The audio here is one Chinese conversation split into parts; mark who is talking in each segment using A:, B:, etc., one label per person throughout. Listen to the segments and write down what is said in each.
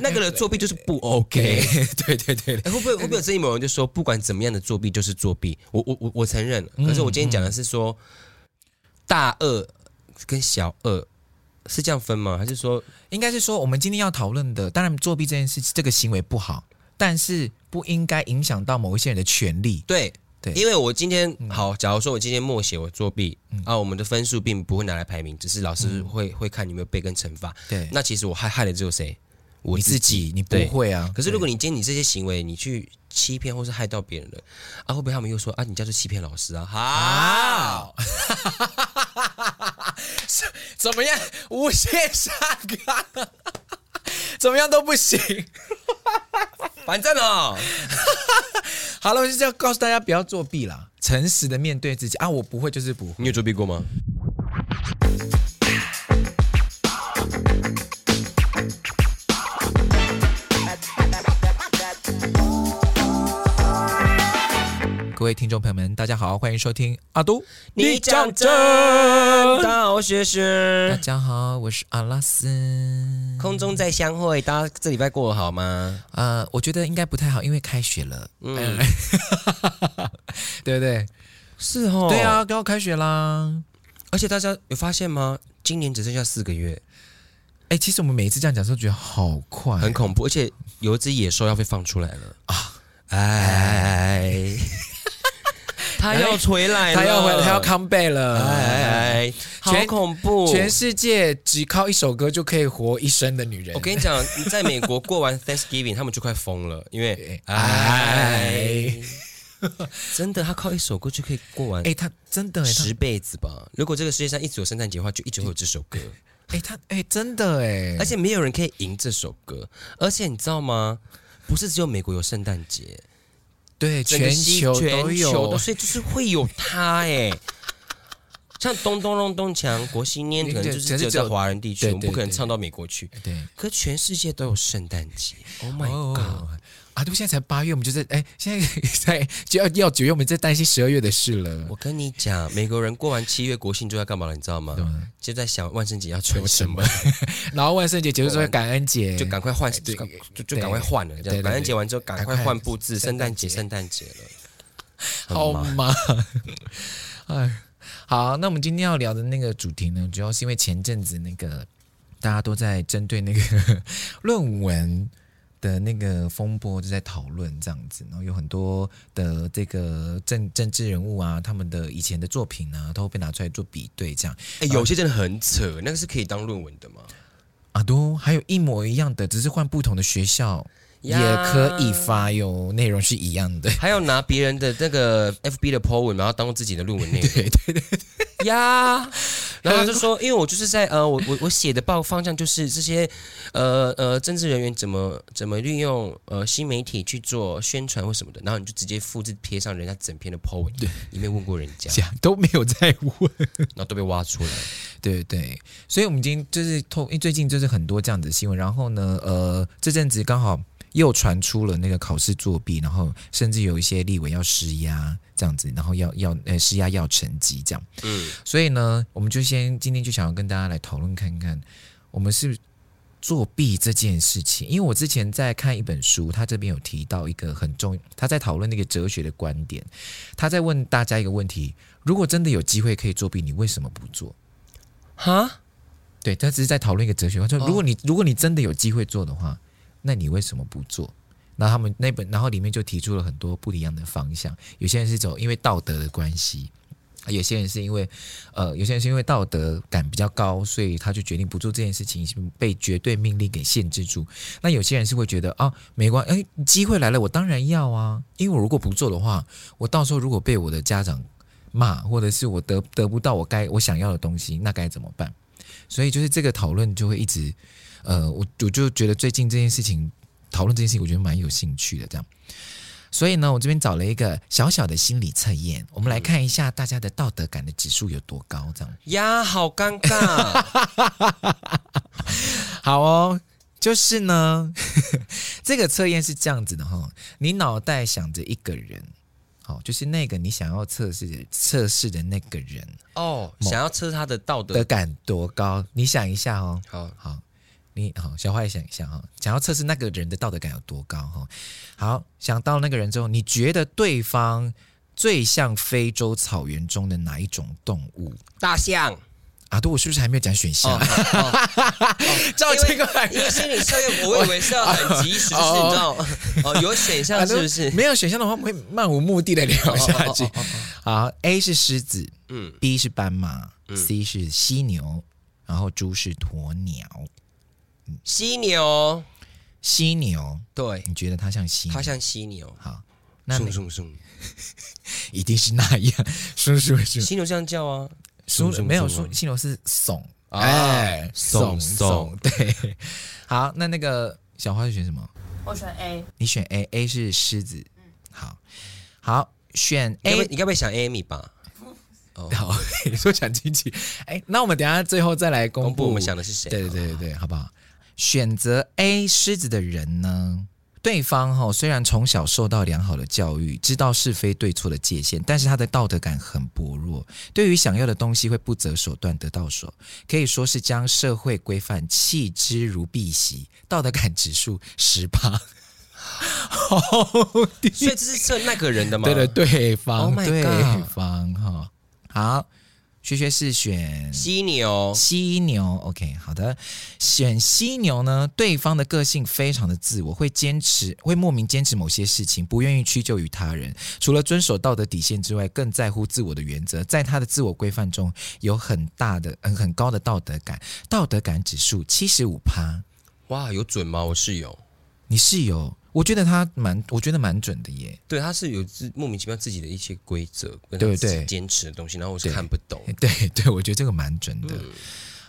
A: 那个人作弊就是不 OK。
B: 对对对对，
A: 哎会不会会不会有正义某人就说，不管怎么样的作弊就是作弊？我我我我承认，可是我今天讲
B: 嗯
A: 的是说，大恶跟小恶是这样分吗？还是说
B: 应该是说我们今天要讨论的，当然作弊这件事，这个行为不好，但是不应该影响到某一些人的权利。
A: 对
B: 对嗯
A: 因为我今天好，假如说我今天默写我作弊、啊，我们的分数并不会拿来排名，只是老师会、会看有没有背跟惩罚。
B: 嗯对，
A: 那其实我害害的只有谁？我
B: 你自己你不
A: 对
B: 会啊。
A: 可是如果
B: 你
A: 你今天你这些行为，你去欺骗或是害到别人了，啊，会不会他们又说啊，你叫做欺骗老师啊？好，
B: 啊，怎么样？无限上纲，怎么样 都不行。
A: 反正哦，
B: 好了，我就是要告诉大家不要作弊啦，诚实的面对自己啊，我不会就是不会。
A: 你有作弊过吗？
B: 各位听众朋友们，大家好，欢迎收听阿都。
A: 你讲真，大家好，我学
B: 大
A: 学，
B: 家好，我是阿拉斯。
A: 空中再相会，大家这礼拜过得好吗？
B: 呃，我觉得应该不太好，因为开学了，
A: 嗯，
B: 对不对？
A: 是哦，
B: 对啊，要开学啦。
A: 而且大家有发现吗？今年只剩下四个月，
B: 哎，其实我们每一次这样讲，都觉得好快，
A: 很恐怖，而且有一只野兽要被放出来了哎啊！ 哎，它要回来了，
B: 他要回，他要 come back 了。
A: 哎，哦好
B: 全
A: 恐怖！
B: 全世界只靠一首歌就可以活一生的女人，
A: 我跟你讲，你在美国过 完 Thanksgiving，他们就快疯了，因为哎
B: 哎，
A: 真的，他靠一首歌就可以过完
B: 哎，他真的哎，
A: 十辈子吧。如果这个世界上一直有圣诞节的话，就一直会有这首歌，
B: 他哎他哎真的哎，
A: 而且没有人可以赢这首歌。而且你知道吗？不是只有美国有圣诞节，
B: 对
A: 整个
B: 全
A: 西
B: 球都
A: 全球
B: 有
A: 都，所以就是会有它哎、像咚咚咚咚锵，国新年可能就
B: 对
A: 是
B: 可是
A: 只有
B: 只
A: 在
B: 有
A: 华人地区，
B: 对
A: 我们不
B: 对
A: 可能
B: 对
A: 唱到美国去。
B: 哎对
A: 可全世界都有圣诞节，Oh my god！、
B: 哦。阿杜现在才八月，我们就在哎，现在 在就要要九月，我们在担心十二月的事了。
A: 我跟你讲，美国人过完七月国庆就要干嘛了，你知道吗？
B: 啊
A: 就在想万圣节要穿什么，
B: 然后万圣节结束之后，感恩节
A: 就赶快换，就
B: 对
A: 赶就就
B: 对
A: 赶快换了。
B: 对
A: 这样
B: 对
A: 感恩节完之后，赶快
B: 赶快
A: 换布置，圣诞节圣
B: 圣
A: 诞节了，
B: 好
A: 很忙
B: 吗？ 哎，好，那我们今天要聊的那个主题呢，主要是因为前阵子那个大家都在针对那个 论文的那个风波，就在讨论这样子，然后有很多的这个政政治人物啊，他们的以前的作品啊，都会被拿出来做比对，这样
A: 哎，有些真的很扯，那个是可以当论文的吗？
B: 啊都还有一模一样的，只是换不同的学校。也
A: 呀
B: 可以发哟，内容是一样的。
A: 还有拿别人的那个 FB 的 po 文，然后当做自己的论文内容。 对对对 呀。然后就说，因为我就是在呃，我我我写的报方向就是这些，呃呃，政治人员怎么怎么利用呃新媒体去做宣传或什么的，然后你就直接复制贴上人家整篇的 po 文，你没有问过人 家，
B: 讲都没有在问，
A: 然后都被挖出来。
B: 对对，所以我们今天就是透，因为最近就是很多这样子的新闻，然后呢，呃，这阵子刚好又传出了那个考试作弊，然后甚至有一些立委要施压这样子，然后要要呃施压要成绩这样，
A: 嗯，
B: 所以呢，我们就先今天就想要跟大家来讨论看看，我们是作弊这件事情，因为我之前在看一本书，他这边有提到一个很重，他在讨论那个哲学的观点，他在问大家一个问题：如果真的有机会可以作弊，你为什么不做？
A: 哈，
B: 对，他只是在讨论一个哲学观，就
A: 哦
B: 如果你、如果你真的有机会做的话，那你为什么不做？然后他们那本，然后里面就提出了很多不一样的方向。有些人是走因为道德的关系，有些人是因为呃，有些人是因为道德感比较高，所以他就决定不做这件事情，被绝对命令给限制住。那有些人是会觉得啊，没关，哎，机会来了，我当然要啊，因为我如果不做的话，我到时候如果被我的家长骂，或者是我得得不到我该我想要的东西，那该怎么办？所以就是这个讨论就会一直，呃，我我就觉得最近这件事情讨论这件事情，我觉得蛮有兴趣的这样。所以呢，我这边找了一个小小的心理测验，我们来看一下大家的道德感的指数有多高，这样。
A: 呀，好尴尬。
B: 好哦，就是呢， 这个测验是这样子的哈、你脑袋想着一个人，好，就是那个你想要测试的测试的那个人
A: 哦，想要测他的道德
B: 的，感多高，你想一下哦，
A: 好，
B: 好，你好，小坏想一想哈，想要测试那个人的道德感有多高哈。好，想到那个人之后，你觉得对方最像非洲草原中的哪一种动物？
A: 大象。
B: 啊，对，我是不是还没有讲选项？
A: 哦，哦
B: 照这个来
A: 因为心理测验，我以为是要很及时，就是你知道，哦，有选项是不
B: 啊
A: 是哦
B: 都？没有选项的话，我们会漫无目的的聊下去。好，A 是狮子
A: 嗯，
B: ，B 是斑马、
A: 嗯
B: c 是犀牛，然后猪是鸵鸟。
A: 犀牛，
B: 犀牛，
A: 对，
B: 你觉得它像犀牛？
A: 它像犀牛，
B: 好，那
A: 嗖
B: 你
A: 嗖嗖，
B: 一定是那样。叔叔叔
A: 犀牛这样叫啊，
B: 叔
A: 松松
B: 没有
A: 松
B: 叔，犀牛是怂，
A: 啊
B: 哎，
A: 松
B: 怂
A: 松
B: 怂，对。 好，那那个小花是选什么？
C: 我选 A，嗯
B: 你选 A，A 是狮子。好，好，选
A: 你该
B: A
A: 不会你该不会想 Amy 吧？
B: 好，你说讲经济，哎，那我们等一下最后再来公布
A: 公布我们想的是谁？啊
B: 对对对对对，好不好？选择 A 狮子的人呢，对方哈、虽然从小受到良好的教育，知道是非对错的界限，但是他的道德感很薄弱，对于想要的东西会不择手段得到手，可以说是将社会规范弃之如敝屣，道德感指数十八，好低。
A: 所以这是测那个人的吗？
B: 对了，对方
A: Oh my
B: 对
A: God
B: 方哈、好，学学是选
A: 犀牛，
B: 哦犀牛，OK，好的，选犀牛呢，对方的个性非常的自我，会坚持，会莫名坚持某些事情，不愿意屈就于他人。除了遵守道德底线之外，更在乎自我的原则。在他的自我规范中，有很大的、嗯、很高的道德感，道德感指数七十五趴。
A: 哇，有准吗？我室友，
B: 你是有，我觉得他蛮，我觉得蛮准的耶。
A: 对，他是有自莫名其妙自己的一些规则，跟
B: 对
A: 他
B: 对
A: 自己坚持的东西，然后我是
B: 对
A: 看不懂。
B: 对对，我觉得这个蛮准的。
A: 嗯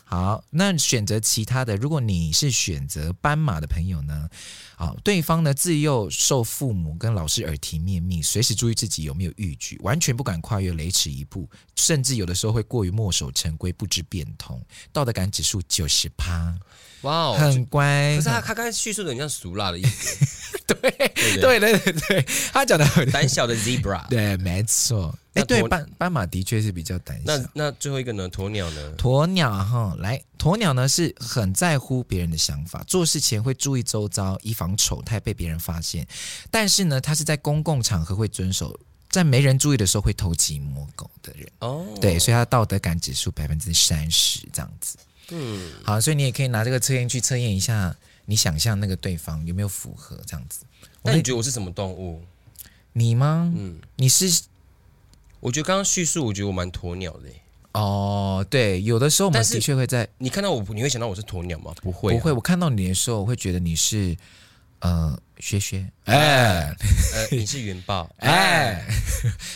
B: 好，那选择其他的，如果你是选择斑马的朋友呢？好，对方呢自幼受父母跟老师耳提面命，随时注意自己有没有逾矩，完全不敢跨越雷池一步，甚至有的时候会过于墨守成规，不知变通，道德感指数九十趴，
A: 哇哦，
B: 很
A: 可
B: 乖。
A: 是他他刚才叙述的很像俗辣的意思，
B: 对
A: 不
B: 对对对对，他讲的 很
A: 胆小的 zebra。
B: 对，没错。
A: 那
B: 哎，对，
A: 鸵
B: 斑斑马的确是比较胆小
A: 那。那最后一个呢？鸵鸟呢？
B: 鸵鸟哈，来，鸵鸟呢是很在乎别人的想法，做事前会注意周遭，以防丑态被别人发现。但是呢，它是在公共场合会遵守，在没人注意的时候会偷鸡摸狗的人。
A: 哦，
B: 对，所以它的道德感指数百分之三十这样子。
A: 嗯，
B: 好，所以你也可以拿这个测验去测验一下，你想象那个对方有没有符合这样子。
A: 那你觉得我是什么动物？
B: 你吗？
A: 嗯，
B: 你是
A: 我觉得刚刚叙述，我觉得我蛮鸵鸟的耶。
B: 哦，对，有的时候我们
A: 但是
B: 的确会在
A: 你看到我，你会想到我是鸵鸟吗？不会、啊
B: 不会，，我看到你的时候，我会觉得你是呃学学，
A: 哎呃，你是元宝，哎，
B: 哎，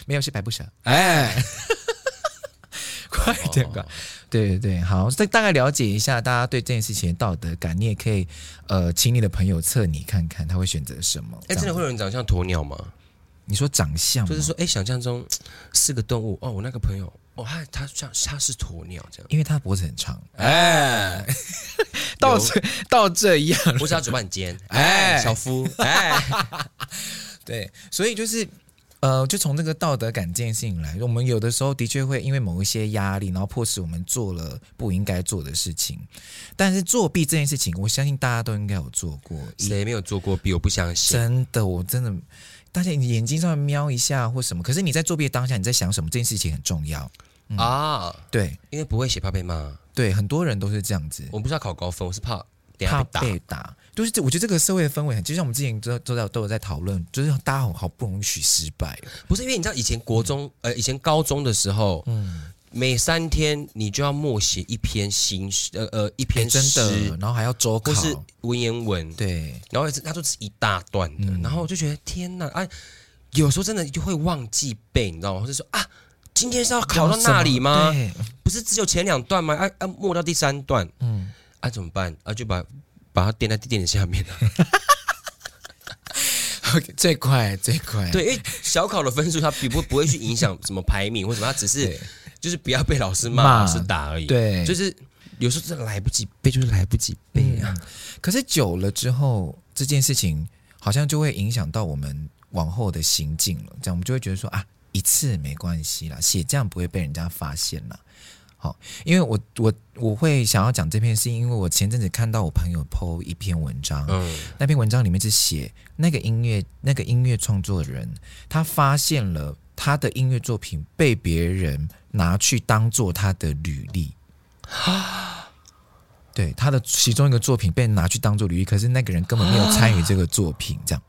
B: 没有是白不蛇，哎， 快
A: 哦
B: 点吧。哦对对对，好，这大概了解一下大家对这件事情的道德感，你也可以呃，请你的朋友测你看看他会选择什么。
A: 哎，真
B: 这
A: 的
B: 样
A: 会有人长得像鸵鸟吗？
B: 你说长相吗，
A: 就是说，哎，想象中是个动物哦。我那个朋友，哦，他他像他是鸵鸟这样，
B: 因为他脖子很长，
A: 哎，
B: 到这到这样，
A: 我只要嘴巴很尖，
B: 哎
A: 哎，小夫，哎，
B: 对，所以就是。呃，就从这个道德感这件事情来，我们有的时候的确会因为某一些压力，然后迫使我们做了不应该做的事情。但是作弊这件事情，我相信大家都应该有做过，一
A: 谁没有做过弊？我不相信。
B: 真的，我真的，大家你眼睛上面瞄一下或什么，可是你在作弊的当下你在想什么，这件事情很重要。
A: 啊，
B: 对
A: 因为不会写怕被骂，
B: 对，很多人都是这样子，
A: 我不是要考高分，我是怕等一
B: 怕
A: 下被打。
B: 被打。就是这，我觉得这个社会的氛围很，就像我们之前都都在都有在讨论，就是大家好好不容易许失败哦。
A: 不是因为你知道以前国中，呃，以前高中的时候，
B: 嗯，
A: 每三天你就要默写一篇新诗，呃呃，一
B: 哎
A: 篇
B: 真
A: 诗
B: 的，，然后还要周考
A: 或，是文言文，
B: 对，嗯
A: 然后也是它就是一大段的，然后我就觉得天哪，哎，有时候真的就会忘记背，你知道吗？或者说啊，今天是要考到那里吗？
B: 对
A: 不是只有前两段吗？啊啊，默到第三段，
B: 嗯，
A: 啊怎么办？啊就把把它垫在地垫底下面了。
B: OK，最快最快，
A: 对，因为小考的分数它并不不会去影响什么排名或什么，它只是
B: 对
A: 就是不要被老师骂、
B: 骂
A: 老师打而已。，
B: 对，
A: 就是是有时候真的来不及背，就是来不及背啊。
B: 可是久了之后，这件事情好像就会影响到我们往后的行径了。这样我们就会觉得说啊，一次没关系啦，写这样不会被人家发现啦。好，因为我我我会想要讲这篇，是因为我前阵子看到我朋友 PO 一篇文章，
A: 嗯
B: 那篇文章里面是写那个音乐那个音乐创作人，他发现了他的音乐作品被别人拿去当做他的履 历。对，他的其中一个作品被拿去当做履历，可是那个人根本没有参与这个作品，这样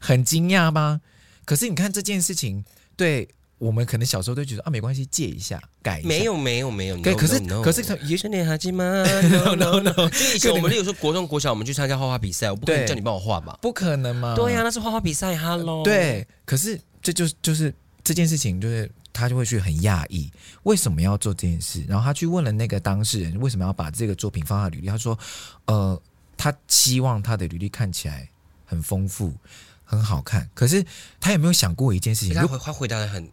B: 很惊讶吧？可是你看这件事情，对我们可能小时候都觉得啊，没关系，借一下，改一下，
A: 嗯没有没有没有，
B: 可
A: no，
B: 可是
A: no，no
B: 可是他也许
A: 是你还记 吗？No no no，就以前我
B: 就
A: 们例如说国中国小，我们去参加画画比赛，我不可能
B: 对
A: 叫你帮我画吧？
B: 不可能嘛？
A: 对啊呀、那是画画比赛，Hello。，
B: 对，可是这就是就是这件事情，就是他就会去很讶异，为什么要做这件事？然后他去问了那个当事人，为什么要把这个作品放在履历？他说，呃，他希望他的履历看起来很丰富、很好看，可是他有没有想过一件事情？
A: 他
B: 如果
A: 回他回答的很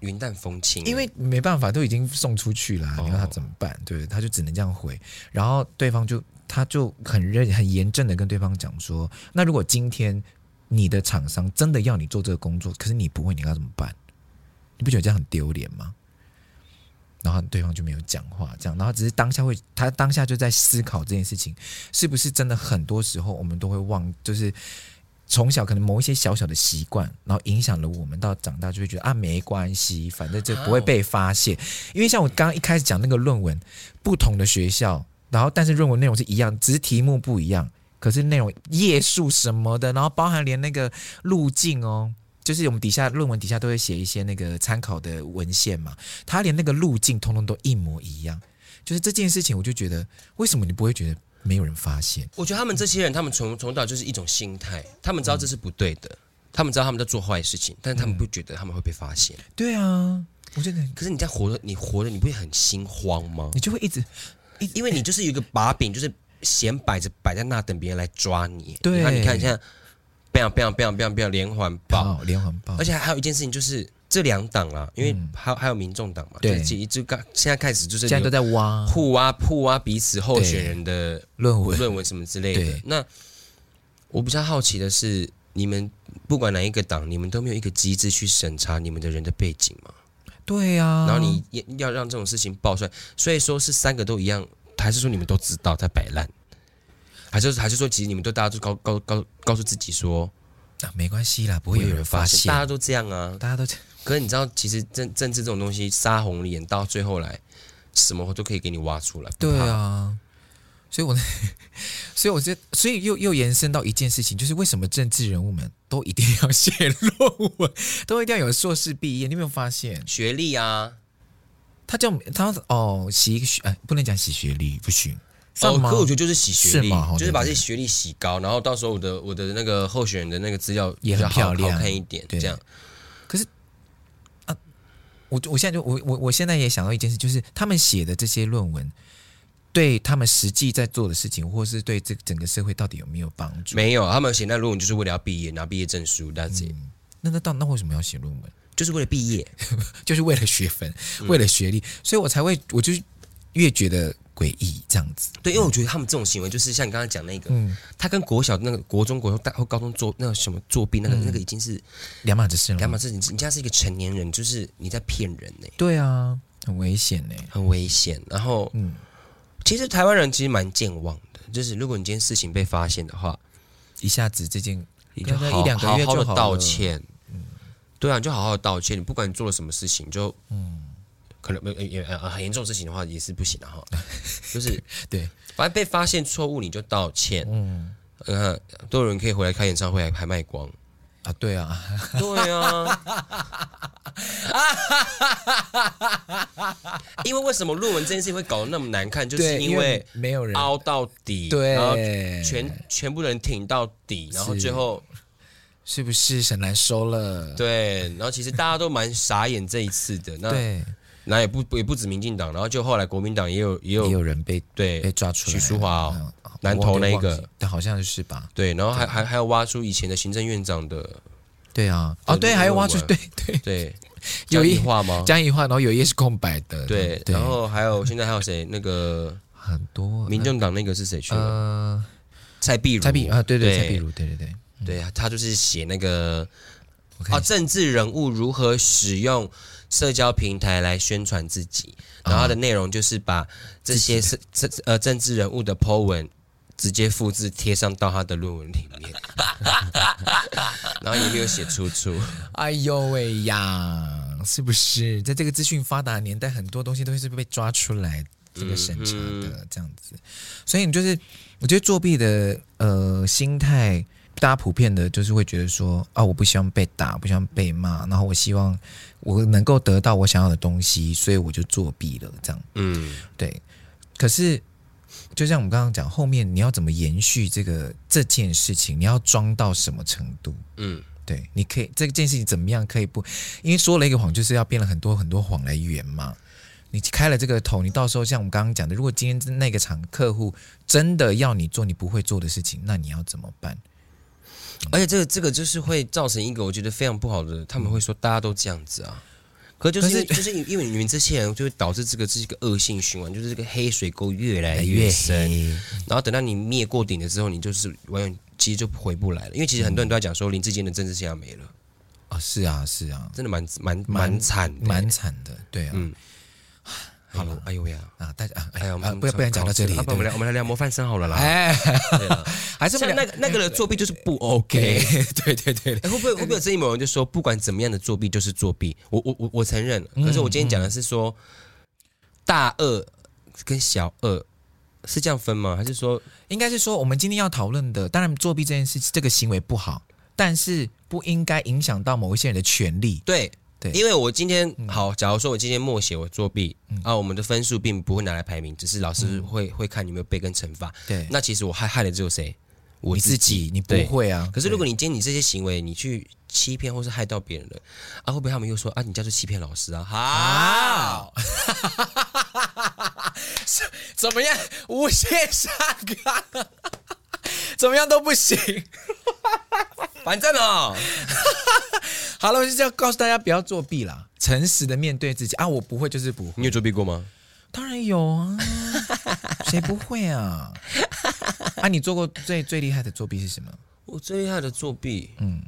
A: 云淡风轻，
B: 因为没办法，都已经送出去了啊、
A: 哦
B: 你要他怎么办？对不对？他就只能这样回，然后对方就他就很认很严正的跟对方讲说，那如果今天你的厂商真的要你做这个工作，可是你不会，你该怎么办？你不觉得这样很丢脸吗？然后对方就没有讲话，这样，然后只是当下会，他当下就在思考这件事情，是不是真的很多时候我们都会忘，就是从小可能某一些小小的习惯，然后影响了我们到长大就会觉得啊没关系，反正就不会被发现。因为像我刚刚一开始讲那个论文，不同的学校，然后但是论文内容是一样，只是题目不一样，可是内容页数什么的，然后包含连那个路径哦。就是我们底下论文底下都会写一些那个参考的文献嘛，他连那个路径通通都一模一样。就是这件事情，我就觉得为什么你不会觉得没有人发现？
A: 我觉得他们这些人，他们从从小就是一种心态，他们知道这是不对的，他们知道他们在做坏事情，但是他们不觉得他们会被发现。
B: 对啊，我觉得
A: 可是你在活着，你活着，你不会很心慌吗？
B: 你就会一直
A: 因为你就是有一个把柄，就是闲摆着摆在那，等别人来抓你。
B: 对
A: 你看，你看现在，不要不要不要不要不要连环爆，
B: 爆连环爆，
A: 而
B: 且
A: 且还有一件事情就是这两党啦，因为还有、还有民众党嘛，
B: 嗯对
A: 就是其实就刚现在开始就是
B: 现在都嗯在挖
A: 互挖互挖彼此候选人的
B: 论文，
A: 论文什么之类的
B: 对。
A: 那我比较好奇的是，你们不管哪一个党，你们都没有一个机制去审查你们的人的背景嘛？
B: 对啊。
A: 然后你也要让这种事情爆出来，所以说是三个都一样，还是说你们都知道在摆烂？还是还是说，其实你们都大家都告告告告诉自己说，
B: 啊没关系啦，不会有人发现，
A: 大家都这样啊。
B: 大家都
A: 可是你知道，其实政政治这种东西，杀红了眼，到最后来，什么都可以给你挖出来。不
B: 对
A: 怕，
B: 啊。所以我， 所以我觉得，所以又又延伸到一件事情，就是为什么政治人物们都一定要写论文，都一定要有硕士毕业？你有没有发现？
A: 学历啊，
B: 他叫他哦，洗学哎，不能讲洗学历，不行。
A: 哦
B: 上，吗
A: 可我觉得就是洗学历
B: 是吗，哦
A: 就是把自己
B: 对对对
A: 学历洗高，然后到时候我的我的那个候选人的那个资料
B: 也
A: 比较
B: 很漂
A: 好
B: 亮
A: 好看一点，这
B: 对啊
A: 样
B: 我我现在就我我我现在也想到一件事，就是他们写的这些论文，对他们实际在做的事情，或是对这整个社会到底有没有帮助？
A: 没有。他们写那论文就是为了要毕业，拿毕业证书，that's
B: 嗯
A: it，
B: 那那到那为什么要写论文？
A: 就是为了毕业。
B: 就是为了学分，
A: 嗯
B: 为了学历，所以我才会，我就越觉得诡异这样子。
A: 对，因为我觉得他们这种行为，就是像你刚刚讲那个，
B: 嗯
A: 他跟国小那个国中、国中、大或高中作那个什么作弊，那
B: 嗯
A: 个、那个已经是
B: 两码子事了吗，
A: 两码事情。你你现在是一个成年人，就是你在骗人呢、
B: 对啊，很危险呢、
A: 很危险。然后，
B: 嗯
A: 其实台湾人其实蛮健忘的，就是如果你今天事情被发现的话，
B: 一下子这件
A: 你就
B: 大概
A: 好
B: 一两个月
A: 好
B: 就
A: 好的
B: 好了嗯
A: 道歉。对啊，你就好好的道歉。你不管你做了什么事情，就嗯，可能呃也呃很严重的事情的话也是不行的哈。就是
B: 对，
A: 反正被发现错误你就道歉。
B: 嗯
A: 嗯，都有人可以回来开演唱会还还卖光。
B: 啊，对啊，
A: 对啊，因为为什么论文这件事情会搞得那么难看，就是
B: 对，
A: 因为
B: 没有人
A: 凹到底，
B: 对，
A: 然后全全部人挺到底，然后
B: 是
A: 最后
B: 是不是沈南收了？
A: 对，然后其实大家都蛮傻眼这一次的，那
B: 对，
A: 那也不也不止民进党，然后就后来国民党也有也
B: 也
A: 有
B: 有人被被
A: 对
B: 抓出来
A: 许
B: 了。
A: 淑华哦
B: 嗯，啊
A: 南投那一个
B: 我有点忘记但好像是吧？
A: 对，然后还还还有挖出以前的行政院长的
B: 对啊，哦
A: 对
B: 对，还有挖出
A: 论
B: 对对
A: 对
B: 有一
A: 江宜桦 吗？
B: 江宜桦，然后有一页是空白的，
A: 对，然后还有现在还有谁？那个
B: 很多
A: 民政党那个是谁去了？
B: 呃
A: 蔡壁如，
B: 蔡壁啊，对对
A: 对
B: 蔡壁如，对对对，
A: 嗯对啊，他就是写那个
B: 我看
A: 啊，
B: 一下
A: 政治人物如何使用社交平台来宣传自己，然后它的内容就是把这些是这呃政治人物的 po 文。直接复制贴上到他的论文里 面，然后也没有写出处。
B: 哎呦喂呀，是不是在这个资讯发达的年代，很多东西都是被抓出来这个审查的、这样子？所以你就是，我觉得作弊的呃心态，大家普遍的就是会觉得说啊，我不希望被打，不希望被骂，然后我希望我能够得到我想要的东西，所以我就作弊了，这样
A: 嗯，
B: 对。可是就像我们刚刚讲，后面你要怎么延续这个这件事情，你要装到什么程度？
A: 嗯，
B: 对，你可以这件事情怎么样可以不？因为说了一个谎，就是要变了很多很多谎来圆嘛。你开了这个头，你到时候像我们刚刚讲的，如果今天那个场客户真的要你做你不会做的事情，那你要怎么办？
A: 而且这个这个就是会造成一个我觉得非常不好的，他们会说大家都这样子啊。可就是因为
B: 可
A: 就是因为因为你们这些人，就会导致这个这是一个恶性循环，就是这个黑水沟越来越深，
B: 黑，
A: 然后等到你灭过顶了之后，你就是完全其实就回不来了。因为其实很多人都在讲说林志坚的政治生涯没了，
B: 哦，是啊，是啊，
A: 真的蛮蛮
B: 蛮
A: 蛮惨的，
B: 蛮惨的，对啊，
A: 嗯好了，哎呦喂啊！
B: 啊，大家啊，
A: 哎呀，
B: 哎呀，
A: 我
B: 啊
A: 们
B: 不要不然讲到这里，
A: 啊不然我们来我
B: 对
A: 们来聊模范生好了啦。
B: 哎，
A: 对啊
B: 还是我
A: 像
B: 们
A: 那
B: 聊
A: 个那个人作弊就是不 OK
B: OK，。对对对对，
A: 哎会不会会不会有这一某人就说，不管怎么样的作弊就是作弊？我我我我承认，可是我今天讲的是说大恶跟小恶是这样分吗？还是说
B: 应该是说，我们今天要讨论的，当然作弊这件事，这个行为不好，但是不应该影响到某一些人的权利。
A: 对
B: 对嗯
A: 因为我今天好，假如说我今天默写我作弊啊，我们的分数并不会拿来排名，只是老师会
B: 嗯
A: 会看你有没有背跟惩罚。
B: 对，
A: 那其实我害害的只有谁？我
B: 你自己，你不会啊。
A: 可是如果你今天你这些行为，你去欺骗或是害到别人了，啊，会不会他们又说啊，你叫做欺骗老师啊？好，
B: 好，怎么样？无限上纲，怎么样都不行。
A: 反正哦，
B: 好了，我就是要告诉大家不要作弊啦，诚实的面对自己啊！我不会就是不会，
A: 你有作弊过吗？
B: 当然 有啊，谁不会啊？啊，你做过最最厉害的作弊是什么？
A: 我最厉害的作弊，嗯，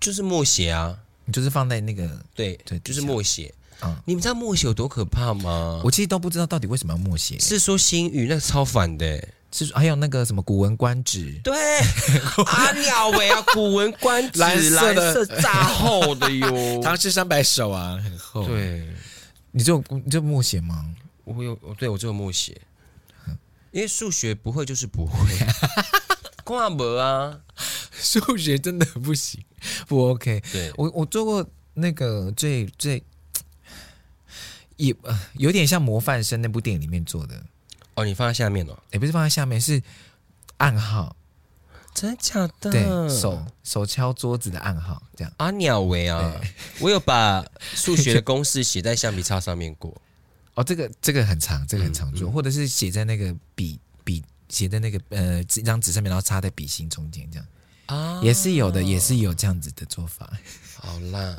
A: 就是默写啊，
B: 你就是放在那个
A: 对，
B: 对
A: 就是默写。
B: 嗯
A: 你们知道默写有多可怕吗？
B: 我其实都不知道到底为什么要默写，
A: 是说新语那个超反的欸、
B: 是还有那个什么古文观止，
A: 对，阿鸟尾啊，古文观止，蓝
B: 蓝色的
A: 色炸厚的哟。
B: 诗三百首》啊，很厚对，
A: 对，
B: 你就你就默写吗？
A: 我有，我对我只有默写，因为数学不会就是不会，挂博啊，
B: 数学真的不行， 不 OK。
A: 对，
B: 我我做过那个最最也、呃、有点像《模范生》那部电影里面做的，
A: 哦，你放在下面哦，
B: 也不是放在下面，是暗号，
A: 真的假的？
B: 对手手敲桌子的暗号，这样。
A: 阿鸟维啊，我有把数学的公式写在橡皮擦上面过，
B: 哦，这个这个很长，这个很常做，或者是写在那个笔笔写在那个呃纸一张纸上面，然后插在笔芯中间这样。
A: 啊
B: 也是有的，也是有这样子的做法。
A: 好啦，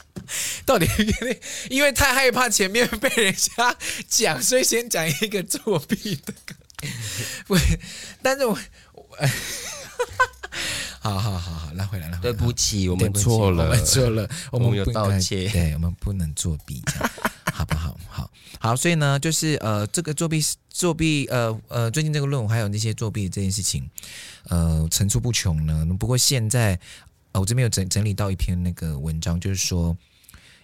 B: 到底因为因为太害怕前面被人家讲，所以先讲一个作弊 的。不，但是我，我 好好好好，拉回来，拉回来。
A: 对不起，我
B: 对
A: 们
B: 不起
A: 错
B: 我
A: 了
B: 们，错了，
A: 我
B: 我们
A: 们有
B: 不应
A: 道
B: 该
A: 歉
B: 对我们不能作弊，这样好不好？好好，所以呢，就是呃，这个作弊作弊呃呃，最近这个论文还有那些作弊这件事情，呃，层出不穷呢。不过现在，呃，我这边有整整理到一篇那个文章，就是说。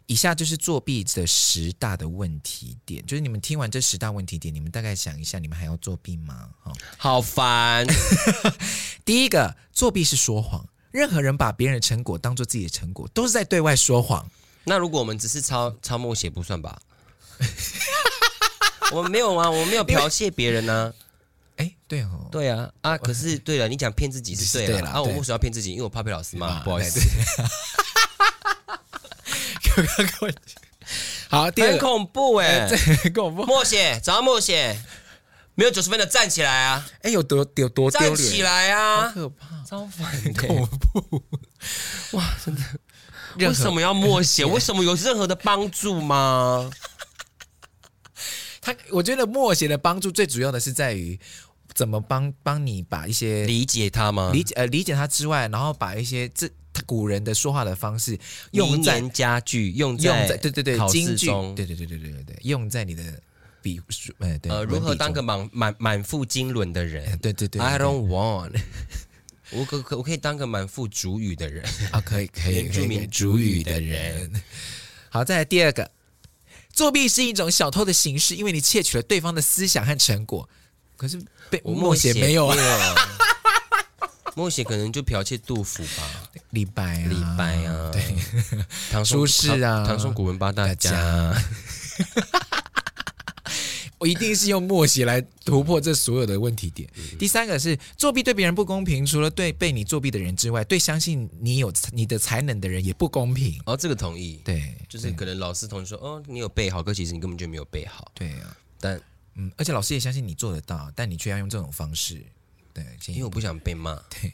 B: 以下就是作弊的十大的问题点，就是你们听完这十大问题点，你们大概想一下，你们还要作弊吗？哦，
A: 好烦，
B: 第一个，作弊是说谎。任何人把别人的成果当做自己的成果，都是在对外说谎。
A: 那如果我们只是抄抄默写不算吧？ 我们没有啊，我们没有剽窃别人呢、
B: 哎，对哦，
A: 对啊，啊，可是对了，你讲骗自己是对
B: 是对
A: 了，
B: 啦
A: 啊，我
B: 对哎
A: 为什么要骗自己？因为我怕被老师骂，不好意思。
B: 对，好，第二
A: 很
B: 个
A: 恐怖哎、欸！
B: 很恐怖，
A: 默写，早上默写，没有九十分的站起来啊，
B: 哎，有多有多丢
A: 站
B: 脸，
A: 起来
B: 好
A: 啊！
B: 可怕，
A: 超烦的、
B: 恐怖，任
A: 为
B: 何
A: 什么要默写？为什么有任何的帮助吗？
B: 他，我觉得默写的帮助最主要的是在于怎么帮帮你把一些
A: 理解他吗？
B: 理解呃理解他之外，然后把一些这古人的说话的方式
A: 用
B: 用在
A: 年佳句，用
B: 用在
A: 在
B: 对对对
A: 考
B: 京
A: 试
B: 剧，
A: 中，
B: 对对对对对对对，用在你的笔书，哎对，
A: 呃，
B: 文
A: 如何
B: 笔
A: 当
B: 中
A: 个满满满腹经纶的人
B: 哎对对对
A: ？I
B: 对
A: don't want 我。我可可我可以当个满腹主语的人，
B: 啊，可以可以，
A: 原
B: 可以
A: 住民
B: 可以
A: 主语的人。
B: 好，再来第二个，作弊是一种小偷的形式，因为你窃取了对方的思想和成果。可是被
A: 我
B: 默写没有啊？
A: 啊。 默写可能就剽窃杜甫吧，
B: 李白啊，
A: 李白 啊，对，唐宋
B: 苏轼啊
A: 唐唐宋古文八大
B: 大
A: 家，
B: 我一定是用默写来突破这所有的问题点。
A: 嗯
B: 第三个是作弊对别人不公平，除了对被你作弊的人之外，对相信你有你的才能的人也不公平。
A: 哦，这个同意，
B: 对，
A: 就是可能老师同学说，哦，你有背好，可其实你根本就没有背好，
B: 对啊，
A: 但
B: 嗯，而且老师也相信你做得到，但你却要用这种方式。对，
A: 因为我不想被骂。
B: 对，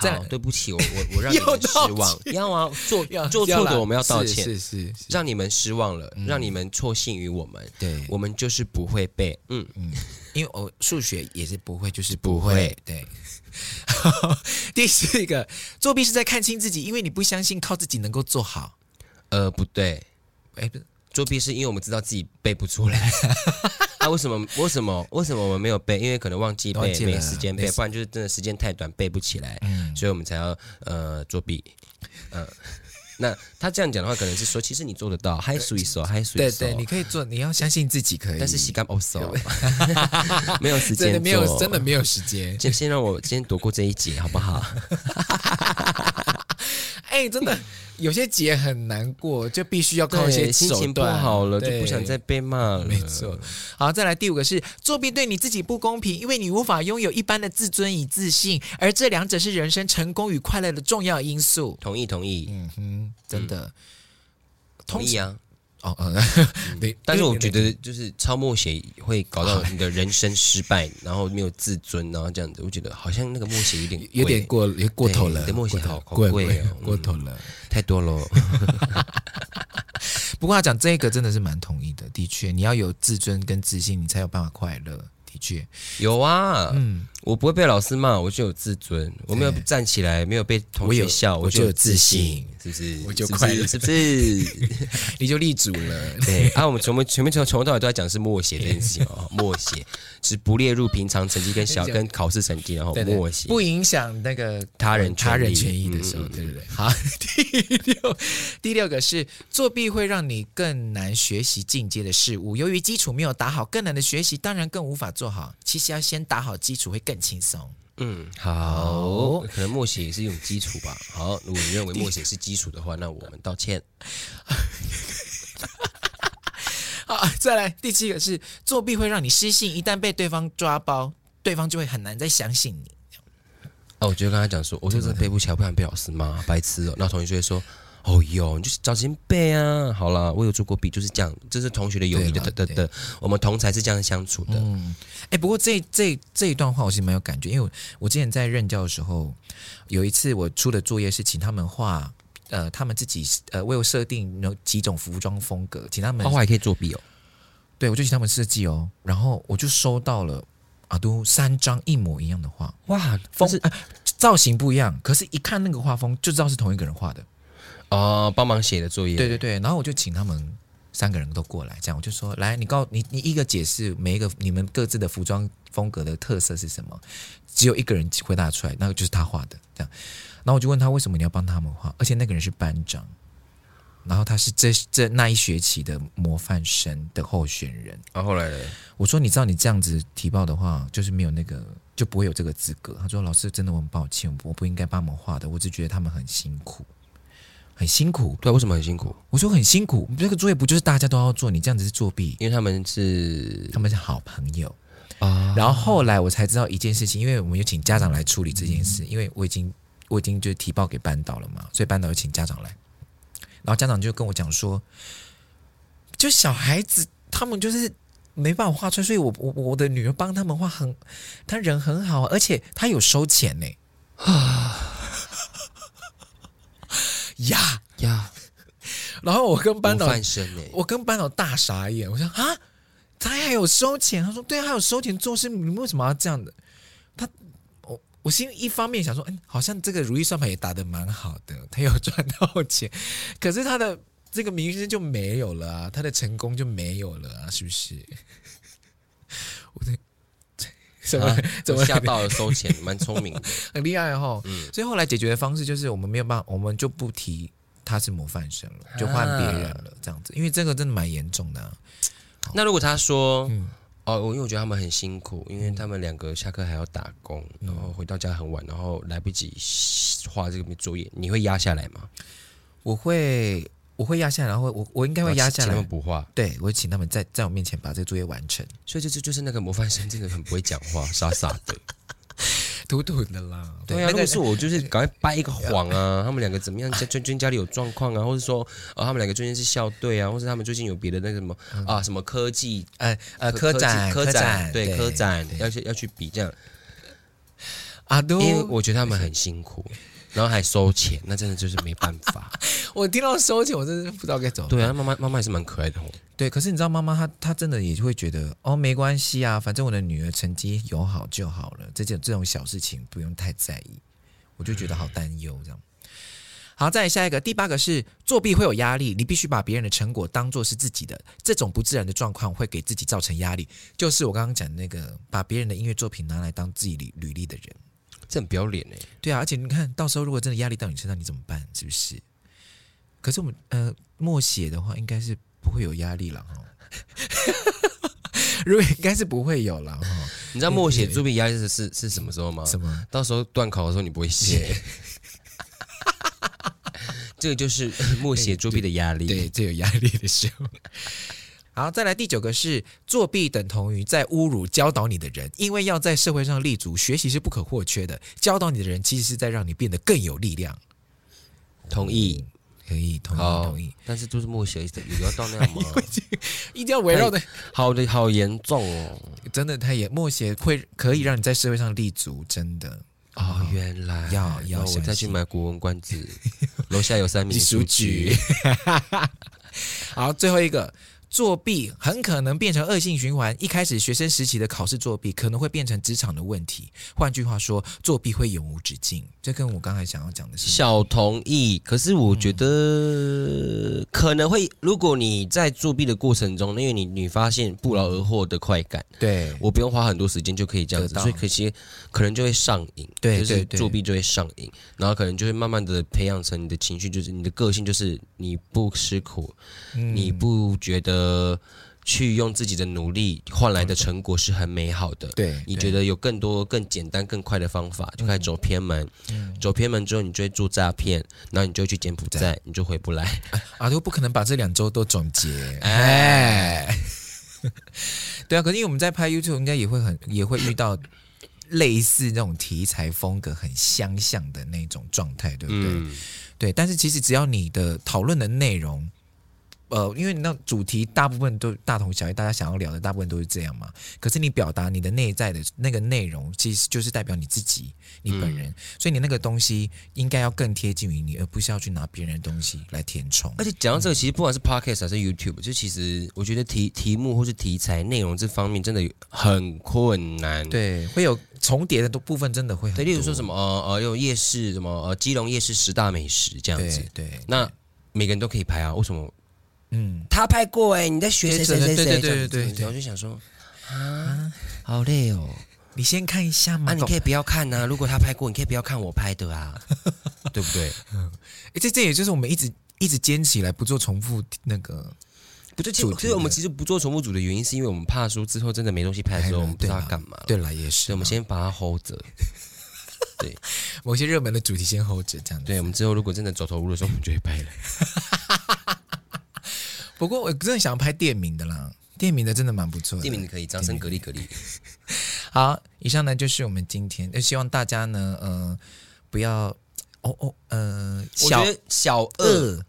B: 再来
A: 好，对不起，我我我让你
B: 又
A: 们失
B: 道
A: 望。要啊，做
B: 要
A: 做
B: 要
A: 错
B: 啦
A: 的我们要道
B: 是嗯
A: 歉，
B: 是是是
A: 让你们失望了，让你们错信于我们。
B: 对
A: 我们就是不会背，嗯，
B: 因为我数学也是不会，就是
A: 不
B: 不
A: 会
B: 会。对， 第四个，作弊是在看清自己，因为你不相信靠自己能够做好。
A: 呃，不对，
B: 哎，不是，
A: 作弊是因为我们知道自己背不出来。 啊，为什么？为什么？为什么我们没有背？因为可能忘记
B: 忘
A: 背，
B: 记
A: 没
B: 了
A: 时间嗯
B: 没
A: 背，
B: 时
A: 不然就是真的时间太短，背不起来，所以我们才要呃作弊。呃，那他这样讲的话，可能是说，其实你做得到，还数一手，还数一
B: 对
A: 手，
B: 对，你可以做，你要相信自己可以。
A: 但是洗干哦手， 没有时间
B: 真的没有，
A: 做
B: 真的没有时间。
A: 先先让我先躲过这一劫，好不 好？
B: 哎，真的有些节很难过，就必须要靠一
A: 对，
B: 些
A: 心
B: 手
A: 情不
B: 段。
A: 好了，就
B: 对
A: 不想再被骂了。
B: 没错，好，再来第五个是作弊对你自己不公平，因为你无法拥有一般的自尊与自信，而这两者是人生成功与快乐的重要因素。
A: 同意同意
B: 嗯哼，真的。
A: 同意啊！
B: 哦，嗯， 对，
A: 但是我觉
B: 得
A: 得就是超默写会搞到你的人生失败，然后没有自尊，然后这样子，我觉得好像那个默写有点
B: 有点
A: 贵
B: 过有过头了，
A: 对你的默契
B: 过头
A: 好好
B: 过
A: 贵
B: 过
A: 哦
B: 过头了。
A: 太多 了。
B: 不过他讲这个真的是蛮同意的，的确，你要有自尊跟自信，你才有办法快乐。的确，
A: 有啊，
B: 嗯，
A: 我不会被老师骂，我就有自尊，我没有站起来，没有被同
B: 我
A: 学
B: 有
A: 笑，
B: 我
A: 我
B: 就
A: 就
B: 有
A: 有
B: 自
A: 自信
B: 信，
A: 是不是？
B: 我就是
A: 不
B: 快
A: 是
B: 乐
A: 是不是？
B: 你就立足了。
A: 对啊，我们从前面从从头到尾都在讲是默写这件事情哦，默写是不列入平常成绩跟 小跟考试成绩，然后
B: 对对
A: 默写
B: 不影响那个
A: 他人
B: 他人权
A: 权
B: 益的时候，对不对？好， 第六第六个是作弊会让你更难学习进阶的事物，由于基础没有打好，更难的学习当然更无法做好。其实要先打好基础会更轻松。
A: 嗯，好，可能默写也是一种基础吧。好，如果你认为默写是基础的话，那我们道歉。
B: 好， 再来第七个是作弊会让你失信，一旦被对方抓包，对方就会很难再相信你。
A: 哦，我就跟他讲说，我就真的背不起来，不想被老师骂，白痴哦。那同学就会说。哦哟，你就是找时间背啊！好啦，我有做过弊，就是这样，这是同学的友谊的
B: 对啦
A: 的的，的我们同才是这样相处的。
B: 哎、不过这这这一段话我是蛮有感觉，因为我我之前在任教的时候，有一次我出的作业是请他们画，呃，他们自己呃为我设定有几种服装风格，请他们，
A: 画画也可以作弊哦，
B: 对我就请他们设计哦，然后我就收到了啊都三张一模一样的画，
A: 哇，风
B: 风
A: 是
B: 呃造型不一样，可是一看那个画风就知道是同一个人画的。
A: 哦，帮忙写的作业，
B: 对对对，然后我就请他们三个人都过来，这样我就说，来，你告你你一个解释每一个你们各自的服装风格的特色是什么，只有一个人回答出来，那个就是他画的，这样。然后我就问他为什么你要帮他们画，而且那个人是班长，然后他是这这那一学期的模范生的候选人。
A: 然啊后后来呢？
B: 我说你知道你这样子提报的话，就是没有那个就不会有这个资格。他说老师真的我很抱歉，我不应该帮他们画的，我只觉得他们很辛苦，很辛苦。
A: 对啊，为什么很辛苦？
B: 我说很辛苦，这个作业不就是大家都要做，你这样子是作弊。
A: 因为他们是
B: 他们是好朋友，
A: 啊，
B: 然后后来我才知道一件事情，因为我们有请家长来处理这件事，
A: 嗯
B: 因为我已经我已经就提报给班导了嘛，所以班导就请家长来，然后家长就跟我讲说，就小孩子他们就是没办法画出来，所以我我我的女儿帮他们画很，她人很好啊，而且她有收 钱呢、呀
A: 呀，
B: 然后我跟班导
A: 模范生哎、
B: 我跟班长大傻眼，我说啊，他还有收钱？他说对啊，还有收钱做事，你们为什么要这样的？他我我心里一方面想说，嗯，好像这个如意算盘也打得蛮好的，他有赚到钱， 可是他的这个名声就没有了啊，他的成功就没有了啊，是不是？ 我的 怎么、
A: 啊
B: 怎么
A: 我吓到了收钱，蛮聪明的。
B: 很厉害哦？
A: 嗯
B: 所以后来解决的方式就是我们没有办法，我们就不提他是模范生了，就
A: 啊
B: 换别人了，这样子，因为这个真的蛮严重的、啊。
A: 那如果他说，
B: 嗯
A: 哦，我因为我觉得他们很辛苦，因为他们两个下课还要打工，然后回到家很晚，然后来不及画这个作业，你会压下来吗？
B: 我会我会压下来，然后我我应该会压下
A: 请他们
B: 来，
A: 不画，
B: 对我会请他们在在我面前把这个作业完成，
A: 所以这就就是那个模范生真的很不会讲 话，傻傻的。
B: 土土的啦。对，
A: 对啊，
B: 那
A: 如
B: 个
A: 果是我，就是赶快掰一个谎啊，他们两个怎么样？家娟娟家里有状况啊，或者说，呃，他们两个最近是校队啊，或者他们最近有别的那个什么啊，什么科技
B: 呃呃科展
A: 科展对
B: 对
A: 科展
B: 对
A: 要去要去比这样，
B: 啊
A: 因为
B: 都我
A: 我觉得他们很辛苦，然后还收钱，那真的就是没办 法。
B: 我听到收钱，我真是不知道该怎么办。
A: 对啊，妈妈妈妈也是蛮可爱的哦。
B: 对，可是你知道妈妈她她真的也会觉得哦没关系啊，反正我的女儿成绩有好就好了，这种这种小事情不用太在意，我就觉得好担忧这样。好，再来下一个，第八个是作弊会有压力，你必须把别人的成果当做是自己的，这种不自然的状况会给自己造成压力。就是我刚刚讲的那个把别人的音乐作品拿来当自己履履历的人，
A: 这很不要脸哎、
B: 对啊，而且你看到时候如果真的压力到你身上，你怎么办？是不是？可是我们呃默写的话，应该是不会有压力了哈。 如果应该是不会有了哈。
A: 你知道默写作弊压力是是是什么时候吗？
B: 什么？
A: 到时候断考的时候你不会 写。这个 就是默写作弊的压力。
B: 对，最有压力的时候。好，再来第九个是作弊等同于在侮辱教导你的人，因为要在社会上立足，学习是不可或缺的。教导你的人其实是在让你变得更有力量。
A: 同意。
B: 可以，同意，
A: 好
B: 同意，
A: 但是就是默写有要到那样吗？
B: 一定要围绕的
A: 好的，好严重哦。
B: 真的，他也默写会可以让你在社会上立足，真的。
A: 哦，原来
B: 要要
A: 那我
B: 相
A: 再去
B: 信
A: 买《古文观止》， 楼下有三
B: 你
A: 名
B: 书局。 好，最后一个。作弊很可能变成恶性循环。一开始学生时期的考试作弊，可能会变成职场的问题。换句话说，作弊会永无止境。这跟我刚才想要讲的是，
A: 小同意，可是我觉得可能会，如果你在作弊的过程中，因为你你发现不劳而获的快感，
B: 对
A: 我不用花很多时间就可以这样子，
B: 得到
A: 所以可惜可能就会上瘾，
B: 对
A: 就是
B: 对对
A: 作弊就会上瘾，然后可能就会慢慢的培养成你的情绪，就是你的个性，就是你不吃苦，
B: 嗯
A: 你不觉得去用自己的努力换来
B: 嗯
A: 的成果是很美好的，
B: 对，
A: 你觉
B: 得
A: 得有更多、更简单、更快的方法，就开始走偏门。
B: 嗯
A: 走偏门之后，你就会做诈骗，然后你就会去柬埔寨，你就回不来。
B: 啊，都不可能把这两周都总结。哎， 对啊，可是因为我们在拍 YouTube，应该也会很也会遇到类似那种题材风格很相像的那种状态，对不对？
A: 嗯，
B: 对，但是其实只要你的讨论的内容，呃，因为你那主题大部分都大同小异，大家想要聊的大部分都是这样嘛。可是你表达你的内在的那个内容，其实就是代表你自己，你本人，所以你那个东西应该要更贴近于你，而不是要去拿别人的东西来填充。
A: 而且讲到这个，其实不管是 Podcast 还是 YouTube，就其实我觉得题题目或是题材内容这方面真的很困难。。
B: 对，会有重叠的都部分，真的会很
A: 对，
B: 多。
A: 例如说什么呃呃，有夜市什么呃，基隆夜市十大美食这样子
B: 对，对，
A: 那每个人都可以拍啊，为什么
B: 嗯，
A: 他拍过哎、你在学谁谁谁谁？
B: 对对
A: 这样
B: 对
A: 子
B: 对对对对
A: 然后就想说啊，好累哦，
B: 你先看一下嘛。
A: 啊，你 可以不要看呐、如果他拍过，你可以不要看我拍的 啊，对不对？
B: 诶这这也就是我们一直一直坚持以来不做重复那个
A: 不对，其
B: 主
A: 实
B: 题
A: 所以我们
B: 的
A: 其实不做重复组的原因，是因为我们怕说之后真的没东西拍的时候，我们不知道要干嘛。
B: 对啦，也是
A: 所以我们
B: 嘛
A: 先把它 hold 着。
B: 某些热门的主题先 hold 着这样子。
A: 对，我们之后如果真的走投无路的时候，我们就会拍 了。
B: 不过我真的想拍店名的啦，店名的真的蛮不错的。
A: 地名可以，掌声格力格力。
B: 好，以上呢就是我们今天，呃希望大家呢，呃，不要，哦哦，呃，
A: 我
B: 小
A: 觉得小恶
B: 恶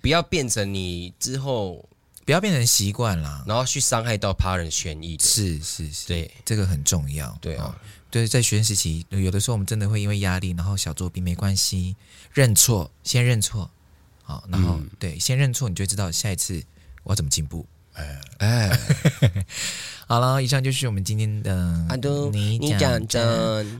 A: 不要变成你之后，
B: 不要变成习惯啦。
A: 然后去伤害到他人权益的。
B: 是是是，
A: 对
B: 这个很重要。
A: 对啊
B: 哦，对，在学生时期，有的时候我们真的会因为压力，然后小作弊没关系，认哦
A: 嗯
B: 错，先认错，好，然后、对，先认错，你就会知道下一次我要怎么进步。
A: 哎，
B: 好了，以上就是我们今天的
A: 阿都，
B: 你
A: 嗯你讲真，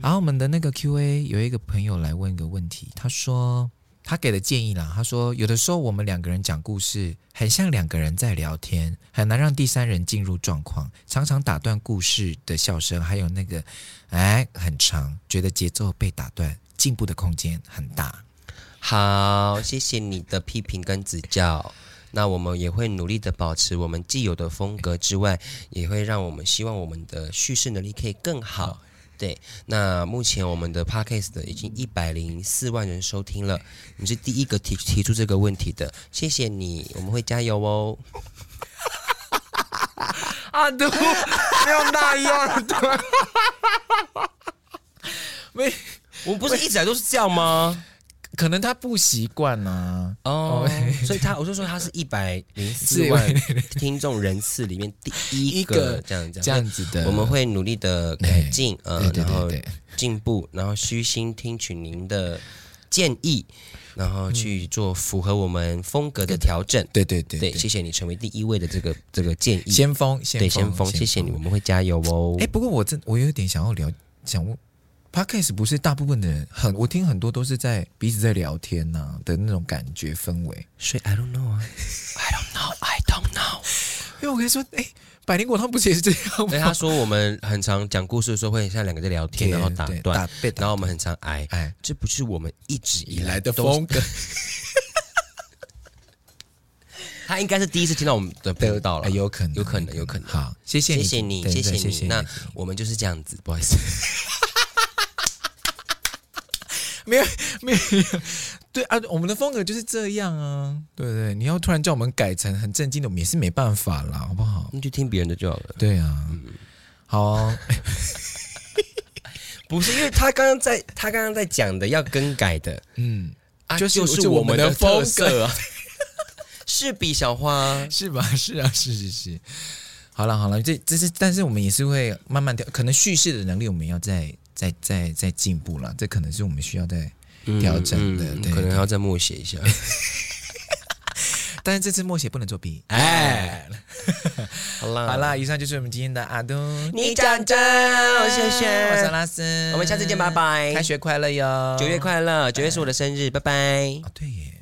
B: 然后我们的那个 Q&A 有一个朋友来问一个问题，他说他给的建议啦，他说有的时候我们两个人讲故事，很像两个人在聊天，很难让第三人进入状况，常常打断故事的笑声，还有那个哎很长，觉得节奏被打断，进步的空间很大。
A: 好，谢谢你的批评跟指教。那我们也会努力的保持我们既有的风格之外，也会让我们希望我们的叙事能力可以更好。对，那目前我们的 podcast 的已经一百零四万人收听了，你是第一个提提出这个问题的，谢谢你，我们会加油哦。
B: 阿杜，用大一二的， 没，
A: 我们不是一直以来都是这样吗？
B: 可能他不习惯啊。
A: 哦，所以他我就说他是一百零四万听众人次里面第一个，这样这样
B: 这样子的，
A: 我们会努力的改进，
B: 对
A: 呃，
B: 对
A: 然
B: 对
A: 后
B: 对
A: 进步，然后虚心听取您的建议，然后去做符合我们风格的调整。
B: 对对对
A: 对，谢谢你成为第一位的这个这个建议，
B: 先锋，先
A: 嗯对
B: 锋，
A: 先锋，谢谢你，我。们会加油哦
B: 哎、。不过我真我有点想要聊，想问，podcast 不是大部分的人很，我听很多都是在彼此在聊天呐、的那种感觉氛围。
A: 所以 I don't know 啊，I don't know，I don't know。
B: 因为我跟你说，哎、百灵果他们不是也是这样
A: 所以
B: 吗？
A: 他说我们很常讲故事的时候会像两个在聊天，然后打
B: 对
A: 断，
B: 打被打
A: 然后我们很常挨，
B: 哎
A: 这不是我们一直以
B: 以
A: 来
B: 来的
A: 都
B: 风格，
A: 他应该是第一次听到我们的频道了
B: 哎。有可能，
A: 有可能有可能
B: 好，谢
A: 谢
B: 谢你，
A: 谢你，
B: 对
A: 谢
B: 对谢
A: 你。那我们就是这样子，不好意 思。
B: 没有没有，对啊，我们的风格就是这样啊，对不对？你要突然叫我们改成很正经的，我们也是没办法啦，好不好？
A: 那就听别人的就好了。
B: 对啊，
A: 嗯
B: 好哦、
A: 不是因为他刚刚在他刚刚在讲的要更改的
B: 嗯，
A: 啊，
B: 就是
A: 是
B: 就我
A: 们
B: 们的
A: 特
B: 风
A: 色啊。 是比小花，
B: 是吧？ 是啊，是是是。好了好了，这这是，但是我们也是会慢慢调，可能叙事的能力我们要再再再再进步了，这可能是我们需要再。
A: 嗯
B: 调整的对
A: 可能还要再默写 一下。
B: 但是这次默写不能作弊。
A: 哎，好啦
B: 好，啦，以上就是我们今天的阿东，
A: 你讲真，哎我谢
B: 我是
A: 谢，
B: 拉斯，
A: 我们下次见，拜。拜
B: 开。学快乐哟！
A: 九月快乐，九月是我的生日，拜拜。
B: 啊，对耶。